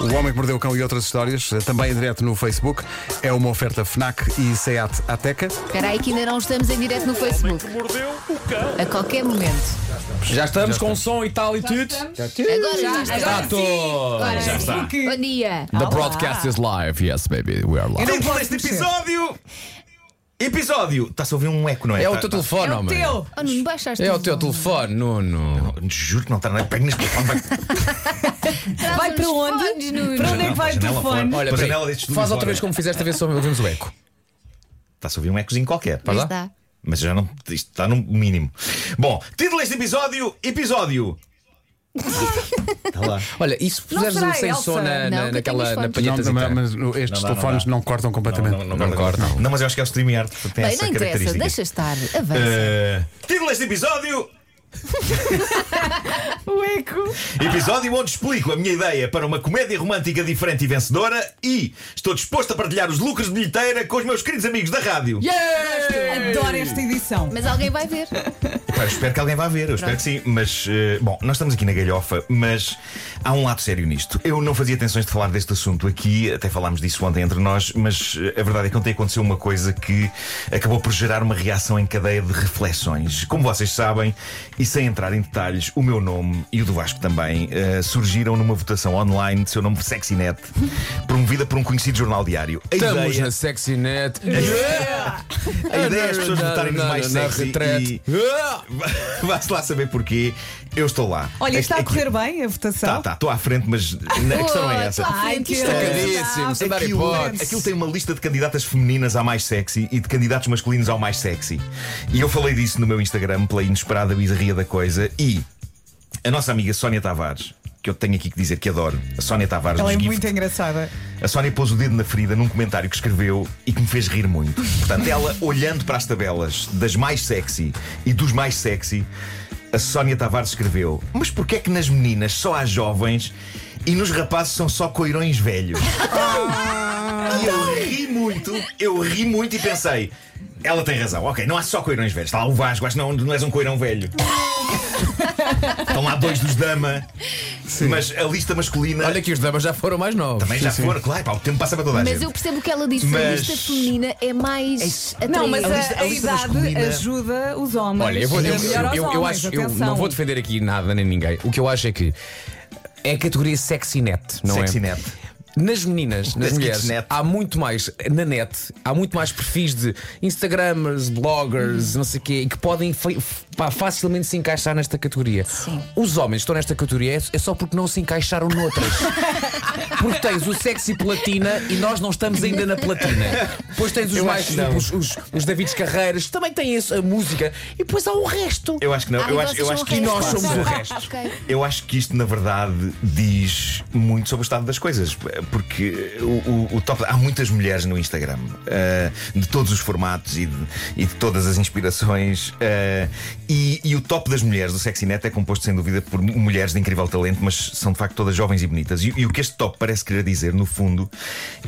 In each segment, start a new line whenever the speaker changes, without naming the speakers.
O Homem que Mordeu o Cão e outras histórias, eh, também em direto no Facebook, é uma oferta FNAC e SEAT Ateca.
Espera aí que ainda não estamos em direto no Facebook.
Mordeu o cão.
A qualquer momento.
Já estamos com o som e tal e tudo.
Agora já está.
Está tudo. Já está.
Bom dia.
The broadcast is live. Yes, baby, we are live.
Não pode este episódio! Episódio! Está-se a ouvir um eco, não é?
É o
Tá-
teu
tá-
telefone, homem.
Oh, Nuno, baixaste
É o teu telefone, Nuno.
Juro que não está nada. Pega neste telefone, vai
Vai para onde? Fones, Nuno.
Para onde é que vai o
janela
telefone?
fora.
Olha,
Pela
peraí,
janela destes
faz
dois
outra
fora.
vez como fizeste a ver se ouvimos o eco.
Está-se a ouvir um ecozinho qualquer.
Faz lá.
Está.
Mas já não. Isto está no mínimo. Bom, título deste episódio: Episódio.
Tá
Está lá.
Olha, e se puseres
será
o sem
Elsa? é
som
Não,
na, na-
que
naquela
temos fones.
na
Não,
palheta? assim, tá.
é
mas- mas estes
Não, não,
telefones não, cortam completamente.
não corta.
Não, mas eu acho que é o StreamYard que tem
Bem,
essa
não interessa,
característica.
deixa estar. Avança.
Eh, título deste episódio:
O eco.
Episódio onde explico a minha ideia para uma comédia romântica diferente e vencedora e estou disposto a partilhar os lucros de bilheteira com os meus queridos amigos da rádio. É.
Adoro esta edição.
Mas alguém vai ver.
Pá, eu espero que alguém vá ver, eu espero que sim, mas eh, bom, nós estamos aqui na galhofa, mas há um lado sério nisto. Eu não fazia tensões de falar deste assunto aqui, até falámos disso ontem entre nós, mas eh, a verdade é que ontem aconteceu uma coisa que acabou por gerar uma reação em cadeia de reflexões. Como vocês sabem, e sem entrar em detalhes, o meu nome e o do Vasco também eh, surgiram numa votação online de seu nome SexyNet, promovida por um conhecido jornal diário. A
Estamos
ideia- É
na sexy net.
a ideia é as pessoas votarem nos mais
Na
sexy
retrete.
e vá-se lá saber porquê. Eu estou lá.
Olha, está a
Aqui-
correr bem tá. a votação?
Tá, tá, estou à frente, mas a questão não é essa.
Boa,
Ai, que
está à frente.
Cadíssimo, sem dar
Aquilo, é-
hipótese.
aquilo tem uma lista de candidatas femininas à mais sexy e de candidatos masculinos ao mais sexy. E eu falei disso no meu Instagram pela inesperada bizarria da coisa. E a nossa amiga Sónia Tavares, que eu tenho aqui que dizer que adoro, a Sónia Tavares
Ela é
dos
muito
Gift,
engraçada.
a Sónia pôs o dedo na ferida num comentário que escreveu e que me fez rir muito. Portanto, ela olhando para as tabelas das mais sexy e dos mais sexy, a Sónia Tavares escreveu: Mas porquê é que nas meninas só há jovens e nos rapazes são só coirões velhos? E eu ri muito, eu ri muito e pensei. Ela tem razão, ok, não há só coirões velhos. Está lá o Vasco, acho que não, não és um coirão velho. Estão lá dois dos dama, mas a lista masculina
Olha que os damas já foram mais novos.
também já foram, claro, pá, o tempo passa para toda a gente.
Mas eu percebo o que ela disse. A
Mas-
lista feminina é mais atraente.
Não, Então, mas a,
lista- a
a
lista
idade
masculina-
ajuda os homens.
Olha, eu, vou,
E
eu,
melhor aos
eu, eu, eu
homens,
acho, eu
atenção.
não vou defender aqui nada nem ninguém. O que eu acho é que é a categoria sexy net, não
Sexy
é?
net.
Nas meninas, nas
That's
mulheres,
kids net.
há muito mais na net, há muito mais perfis de Instagramers, bloggers, não sei o quê, e que podem fa- f- pá, facilmente se encaixar nesta categoria.
Sim.
Os homens que estão nesta categoria é- é só porque não se encaixaram noutras. porque tens o sexy platina e nós não estamos ainda na platina. Depois tens os
Eu
mais
acho que não.
os, os, os Davids Carreiras, que também têm esse- a música, e depois há o resto.
Eu acho que não,
Ah,
eu,
e
acho, eu
vocês
acho
são
que
o
nós
resto.
somos o
Ah,
resto.
ok.
Eu acho que isto, na verdade, diz muito sobre o estado das coisas. Porque o, o- o top. Há muitas mulheres no Instagram, ah, de todos os formatos e de, e de todas as inspirações. ah, e, e o top das mulheres do SexyNet é composto, sem dúvida, por mu- mulheres de incrível talento, mas são de facto todas jovens e bonitas. E, e o que este top parece querer dizer, no fundo,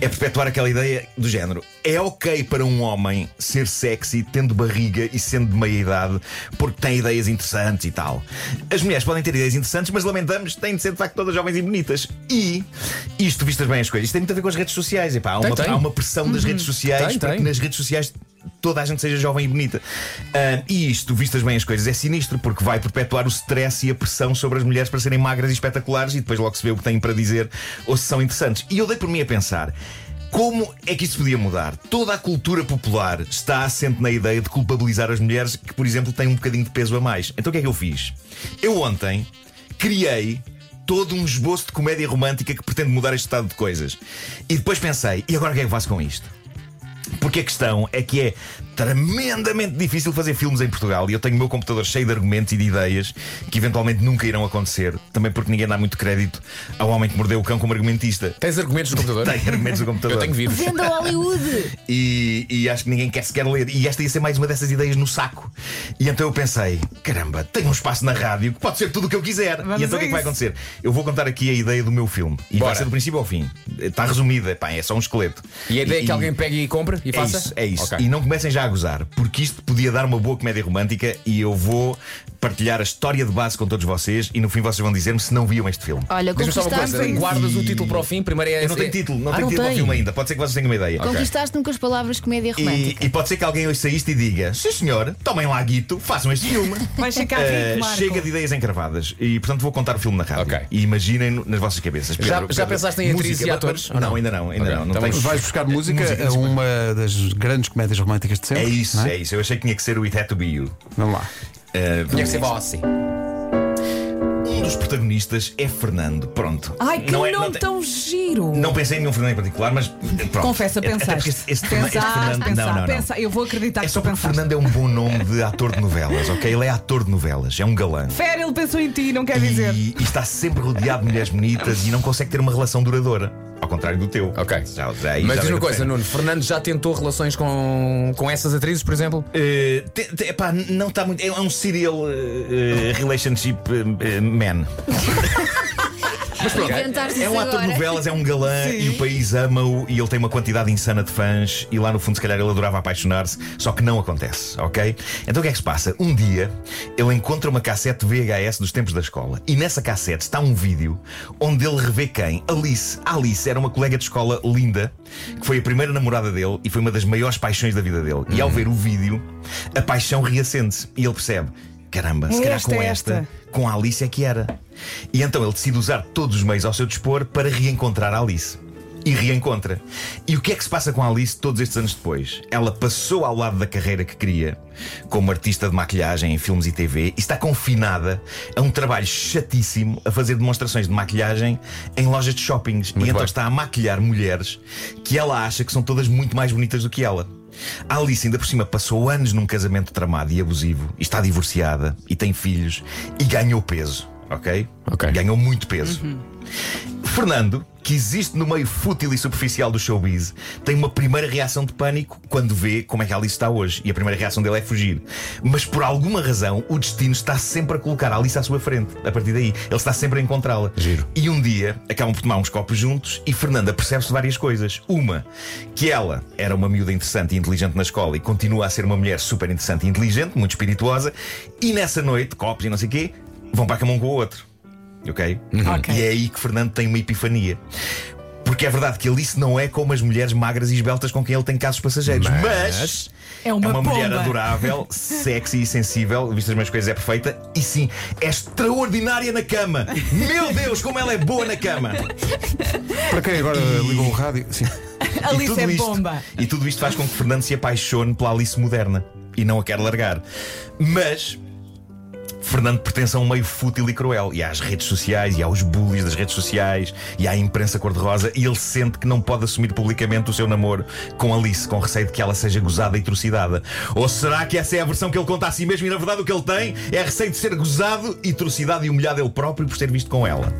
é perpetuar aquela ideia do género. É ok para um homem ser sexy, tendo barriga e sendo de meia idade, porque tem ideias interessantes e tal. As mulheres podem ter ideias interessantes, mas lamentamos, têm de ser de facto todas jovens e bonitas. E isto, vistas bem as coisas, isto tem muito a ver com as redes sociais. Epá, há,
Tem,
uma,
tem. Uhum.
há uma pressão das redes sociais
Tem,
para
tem.
que nas redes sociais. Toda a gente seja jovem e bonita. Ah, e isto, vistas bem as coisas, é sinistro porque vai perpetuar o stress e a pressão sobre as mulheres para serem magras e espetaculares e depois logo se vê o que têm para dizer ou se são interessantes. E eu dei por mim a pensar: como é que isto podia mudar? Toda a cultura popular está assente na ideia de culpabilizar as mulheres que, por exemplo, têm um bocadinho de peso a mais. Então o que é que eu fiz? Eu ontem criei todo um esboço de comédia romântica que pretende mudar este estado de coisas. E depois pensei: e agora o que é que eu faço com isto? Porque a questão é que é tremendamente difícil fazer filmes em Portugal e eu tenho o meu computador cheio de argumentos e de ideias que eventualmente nunca irão acontecer. Também porque ninguém dá muito crédito ao homem que mordeu o cão como argumentista.
Tens argumentos no computador?
Tem argumentos no computador.
Eu tenho vírus.
Venda ao Hollywood.
E, e acho que ninguém quer sequer ler. E esta ia ser mais uma dessas ideias no saco. E então eu pensei: caramba, tenho um espaço na rádio que pode ser tudo o que eu quiser.
Vamos
e então o que é
a
que vai
isso.
acontecer? Eu vou contar aqui a ideia do meu filme. E
Bora.
vai ser do princípio ao fim. Está resumida, pá, é só um esqueleto.
E a ideia é que alguém pegue e compre e
É
faça?
isso, é isso.
Ok.
E não comecem já a gozar, porque isto podia dar uma boa comédia romântica e eu vou partilhar a história de base com todos vocês e no fim vocês vão dizer-me se não viam este filme.
Olha,
Diz-me só uma
conquistaste-me
coisa, guardas o título para o fim, primeiro Ah, é
Eu não tenho título, não tenho título ao filme ainda. Pode ser que vocês tenham uma ideia.
conquistaste-me com as palavras
é
comédia
E,
romântica.
e pode ser que alguém ouça isto e diga: Sim, senhor, tomem lá guito, façam este filme.
Vai chegar
Eh,
rico, Marco.
chega de ideias encravadas e, portanto, vou contar o filme na rádio.
Ok.
E imaginem nas vossas cabeças.
Já- já pensaste em atrizes
música,
e atores, ou
Não,
não?
ainda não, ainda
Ok,
não. não
então
tenho-
Vais buscar música,
música,
a uma das grandes comédias românticas de sempre.
É isso,
não
é? isso. Eu achei que tinha que ser o It Had to Be You.
Vamos lá.
Eh,
Tinha que ser Bossi.
um dos protagonistas é Fernando. Pronto.
Ai, que
não
não,
é- não tem-
tão giro.
Não pensei em nenhum Fernando em particular, mas eh, pronto.
Confessa,
Até porque
pensaste.
este- este Fernando- este
Pensaste,
Fernando- não, não,
pensaste,
não.
pensaste. Eu vou acreditar
É
que
só
tu
porque
pensaste.
Fernando é um bom nome de ator de novelas, ok? Ele é ator de novelas, é um galã.
Fera, ele pensou em ti, não quer dizer.
E, e está sempre rodeado de mulheres bonitas e não consegue ter uma relação duradoura. Ao contrário do teu.
Ok.
Já, já, aí
Mas
já
diz
veio
uma
a
coisa,
pena.
Nuno, Fernando já tentou relações com, com essas atrizes, por exemplo?
Eh, te- te- epá, não está muito. É um serial eh, eh, relationship eh, eh, man.
Mas pronto,
Inventaste
É
isso
um ator de
agora.
novelas, é um galã e o país ama-o e ele tem uma quantidade insana de fãs e lá no fundo se calhar ele adorava apaixonar-se, só que não acontece, ok? Então o que é que se passa? Um dia ele encontra uma cassete VHS dos tempos da escola e nessa cassete está um vídeo onde ele revê quem? Alice. Alice era uma colega de escola linda que foi a primeira namorada dele e foi uma das maiores paixões da vida dele. E ao ver o vídeo, a paixão reacende-se e ele percebe: caramba, se
É
calhar
esta,
com
é
esta.
esta.
Com a Alice é que era. E então ele decide usar todos os meios ao seu dispor para reencontrar a Alice. E reencontra. E o que é que se passa com a Alice todos estes anos depois? Ela passou ao lado da carreira que queria, como artista de maquilhagem em filmes e TV, e está confinada a um trabalho chatíssimo a fazer demonstrações de maquilhagem em lojas de shoppings. e então
bem.
está a maquilhar mulheres que ela acha que são todas muito mais bonitas do que ela. A Alice ainda por cima passou anos num casamento tramado e abusivo, e está divorciada, e tem filhos, e ganhou peso, ok?
Ok.
Ganhou muito peso. Fernando, que existe no meio fútil e superficial do showbiz, tem uma primeira reação de pânico quando vê como é que a Alice está hoje. E a primeira reação dele é fugir. Mas por alguma razão, o destino está sempre a colocar a Alice à sua frente. A partir daí, ele está sempre a encontrá-la.
Giro.
E um dia acabam por tomar uns copos juntos e Fernanda percebe-se de várias coisas. Uma, que ela era uma miúda interessante e inteligente na escola e continua a ser uma mulher super interessante e inteligente, muito espirituosa. E nessa noite, copos e não sei o quê, vão para a cama um com o outro. Ok?
Ok.
E é aí que Fernando tem uma epifania. Porque é verdade que Alice não é como as mulheres magras e esbeltas com quem ele tem casos passageiros. Mas,
É uma
mulher
pomba.
adorável, sexy e sensível, vistas as minhas coisas, é perfeita. E sim, é extraordinária na cama. Meu Deus, como ela é boa na cama.
Para quem agora ligou o rádio, sim.
e
Alice
tudo
é
isto, Tá
bomba.
E tudo isto faz com que Fernando se apaixone pela Alice moderna e não a quer largar. Mas. Fernando pertence a um meio fútil e cruel, e às redes sociais, e aos bullies das redes sociais, e à imprensa cor-de-rosa, e ele sente que não pode assumir publicamente o seu namoro com Alice, com receio de que ela seja gozada e trucidada. Ou será que essa é a versão que ele conta a si mesmo, e na verdade o que ele tem é receio de ser gozado e trucidado e humilhado ele próprio por ser visto com ela?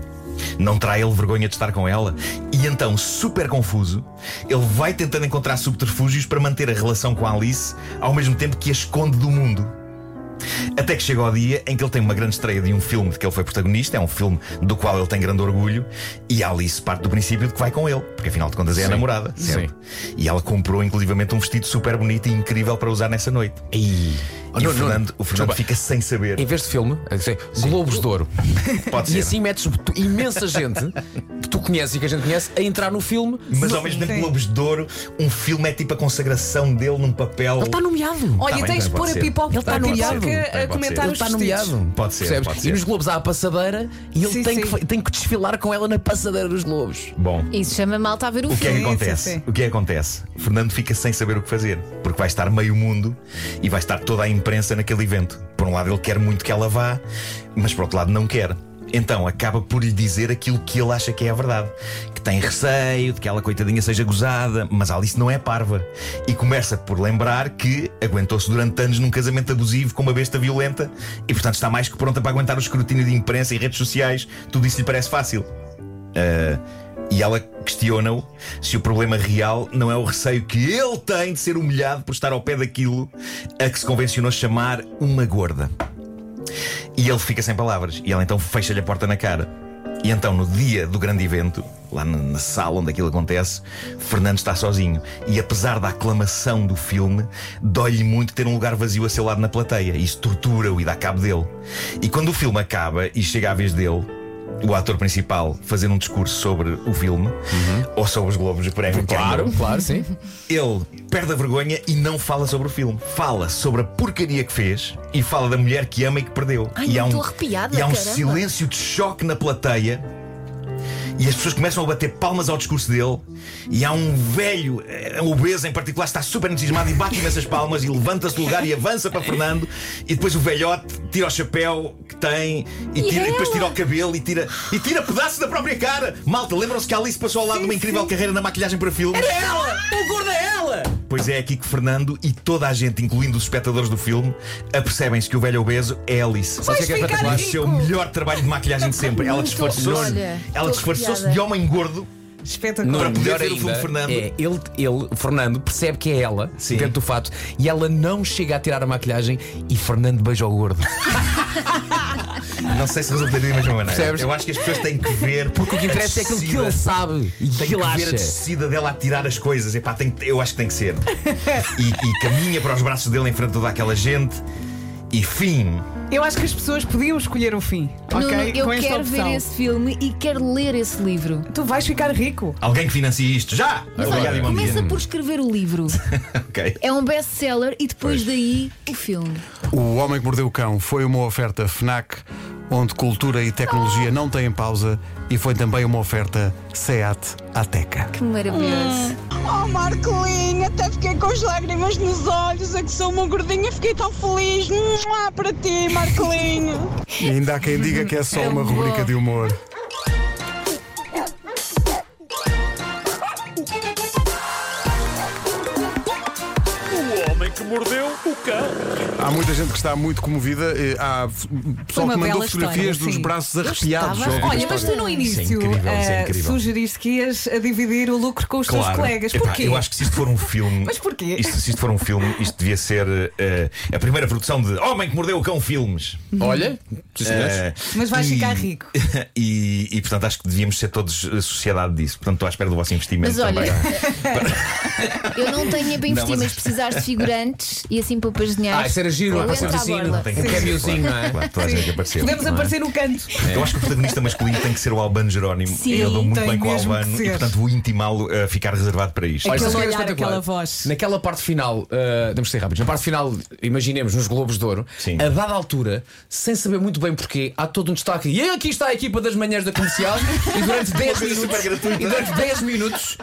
Não terá ele vergonha de estar com ela? E então, super confuso, ele vai tentando encontrar subterfúgios para manter a relação com a Alice, ao mesmo tempo que a esconde do mundo. Até que chega ao dia em que ele tem uma grande estreia de um filme de que ele foi protagonista, é um filme do qual ele tem grande orgulho, e a Alice parte do princípio de que vai com ele, porque afinal de contas é a namorada, sempre. E ela comprou inclusivamente um vestido super bonito e incrível para usar nessa noite.
E,
E o Fernando, o Fernando fica sem
Em
saber.
vez de filme, é dizer, Globos de Ouro.
Pode
E
ser.
assim metes tu- imensa gente que tu conheces e que a gente conhece a entrar no filme.
Mas ao mesmo tempo,
Sim.
Globos de Ouro, um filme é tipo a consagração dele num papel.
Ele está tá nomeado.
Olha,
bem,
tens
bem,
de pôr
pode
a
ser.
pipoca
Ele
está
para
nomeado.
Bem,
a
pode
comentar
ser.
os
Ele está
vestidos.
nomeado.
Tá Pode ser,
Percebes?
pode
E
ser.
nos Globos há a passadeira e ele
Sim,
tem,
sim.
Que, fa- tem que desfilar com ela na passadeira dos Globos.
Bom,
Isso chama malta a ver o
o que é que
Sim,
filme.
acontece?
sim, sim.
O que é que acontece? Fernando fica sem saber o que fazer, porque vai estar meio mundo e vai estar toda a imprensa naquele evento. Por um lado, ele quer muito que ela vá, mas por outro lado, não quer. Então acaba por lhe dizer aquilo que ele acha que é a verdade. Que tem receio de que ela, coitadinha, seja gozada, mas Alice não é parva. E começa por lembrar que aguentou-se durante anos num casamento abusivo com uma besta violenta e, portanto, está mais que pronta para aguentar o escrutínio de imprensa e redes sociais. Tudo isso lhe parece fácil. E ela questiona-o se o problema real não é o receio que ele tem de ser humilhado por estar ao pé daquilo a que se convencionou chamar uma gorda. E ele fica sem palavras. E ela então fecha-lhe a porta na cara. E então, no dia do grande evento, lá na, na sala onde aquilo acontece, Fernando está sozinho. E apesar da aclamação do filme, dói-lhe muito ter um lugar vazio a seu lado na plateia. Isso tortura-o e dá cabo dele. E quando o filme acaba e chega à vez dele, o ator principal fazer um discurso sobre o filme ou sobre os Globos de Prémio. que é ganhou.
claro, sim.
Ele perde a vergonha e não fala sobre o filme. Fala sobre a porcaria que fez e fala da mulher que ama e que perdeu.
Ai,
e
eu
há um,
estou arrepiada,
e há um
caramba.
silêncio de choque na plateia. E as pessoas começam a bater palmas ao discurso dele. E há um velho, eh, obeso em particular, está super entusiasmado e bate imensas palmas e levanta-se do lugar e avança para Fernando. E depois o velhote tira o chapéu que tem e,
E
tira- e depois
ela?
tira o cabelo e tira, e tira pedaços da própria cara. Malta, lembram-se que a Alice passou ao lado de uma incrível carreira na maquilhagem para filmes?
Ela! O gordo é ela!
Pois é aqui que Fernando e toda a gente, incluindo os espectadores do filme, apercebem-se que o velho obeso é Alice.
Sabes o que é que é
ficar
O
espetacular?
rico.
seu melhor trabalho de maquilhagem de sempre. Ela
Muito,
disfarçou-se
olha, estou
ela disfarçou-se
arrepiada.
de homem gordo.
Espetacular.
Para
Não,
poder
melhor
ver o filme de Fernando.
É, ele, ele, Fernando, percebe que é ela,
Sim.
dentro do fato, e ela não chega a tirar a maquilhagem e Fernando beija o gordo.
Não sei se resultaria da mesma maneira.
Percebes?
Eu acho que as pessoas têm que ver.
Porque o que interessa é aquilo que ele sabe e
Tem
que
que
ele
ver a
acha.
descida dela a tirar as coisas. Epá, tem que- eu acho que tem que ser. E, e caminha para os braços dele em frente a toda aquela gente. E fim.
Eu acho que as pessoas podiam escolher o fim.
Nuno,
ok?
eu
Com esta
quero
opção.
ver esse filme e quero ler esse livro.
Tu vais ficar rico.
Alguém que financie isto. Já!
Mas
Obrigado
olha,
e bom dia.
começa por escrever o livro.
Ok.
É um best-seller e depois
Pois.
daí o filme.
O Homem que Mordeu o Cão foi uma oferta FNAC, onde cultura e tecnologia não têm pausa, e foi também uma oferta SEAT Ateca.
Que maravilhoso.
Oh Marcolinha, até fiquei com as lágrimas nos olhos, é que sou uma gordinha, fiquei tão feliz. Mua, para ti, Marcolinho.
E ainda há quem diga que é só uma rubrica de humor. Há muita gente que está muito comovida. eh, Há f- pessoal
uma
que mandou
bela
fotografias
história,
dos
sim.
braços
Eu
arrepiados.
estava-
ao ouvir a
Olha, mas
história.
tu no
Isso
início
é incrível, isso é
eh,
incrível.
sugeriste que ias a dividir o lucro com os teus colegas.
Epá,
Porquê?
eu acho que se isto for um filme.
Mas porquê?
Isto, se isto for um filme, isto devia ser eh, a primeira produção de Homem que Mordeu o Cão Filmes.
Uhum. Olha,
Eh,
Mas vais
e-
ficar rico.
E, e, portanto acho que devíamos ser todos eh, sociedade disso. Portanto, estou à espera do vosso investimento
Mas olha,
também.
eu não tenho é para investir,
Ah. mas-
mas precisares de figurantes e assim poupas dinheiro.
Ah, isso era giro,
Ou
ah,
entra à
fazemos assim,
borla.
não tem
que
Um
aparecer,
cameozinho,
claro,
não é?
Claro, toda a gente que apareceu.
Podemos aparecer no canto.
Eu acho que o protagonista masculino tem que ser o Albano Jerónimo.
Sim,
eu dou muito
tem
bem com o
mesmo que
Albano
ser.
e, portanto, vou intimá-lo a ficar reservado para isto.
Olha,
Aquele
sabes o que era
É olhar,
espetacular?
aquela voz.
Naquela parte final, ah, temos que ser rápidos. Na parte final, imaginemos nos Globos de Ouro,
Sim.
a dada altura, sem saber muito bem porquê, há todo um destaque. E aqui está a equipa das manhãs da comercial. e durante 10
coisa
minutos,
super gratuita.
e durante 10 minutos,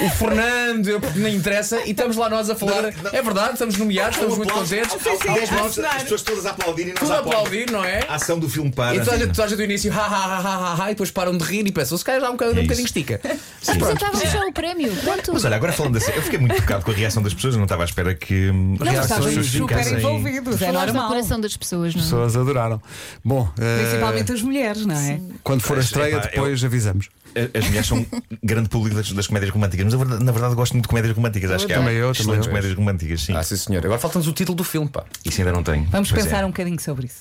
o Fernando, eu, porque nem interessa, e estamos lá nós a falar.
Não, não.
É verdade, estamos nomeados, estamos muito
Aplausos,
contentes.
ao- ao-
Um sim,
ao-
sim, Ah,
dez
a
minutos,
assinar.
As pessoas todas a aplaudir e nós
Tudo a
aplaudimos.
aplaudir, não é?
A ação do filme para.
E toda a gente- toda a gente do início, ha, ha, ha, ha, ha, ha, e depois param de rir e pensam, se calhar já um bocadinho,
É
um
isso.
bocadinho estica.
Sim.
Apresentávamos só o prémio. Pronto.
Mas olha, agora falando assim, eu fiquei muito tocado com a reação das pessoas, eu não estava à espera que. hum,
Não,
as
estavam
pessoas
super
ficassem-
envolvidos. É
Falaste no
normal.
coração das pessoas, não é?
As pessoas adoraram. Bom, eh,
Principalmente as mulheres, não é?
quando for a estreia,
Epá, eu-
depois avisamos.
A- As mulheres são grande público das, das comédias românticas, mas na verdade, na verdade gosto muito de comédias românticas. Acho que há
Também eu, também
excelentes
eu.
comédias românticas, sim.
Ah, sim senhor. Agora falta-nos o título do filme, pá.
Isso ainda não tenho.
Vamos
Pois é.
pensar um bocadinho sobre isso.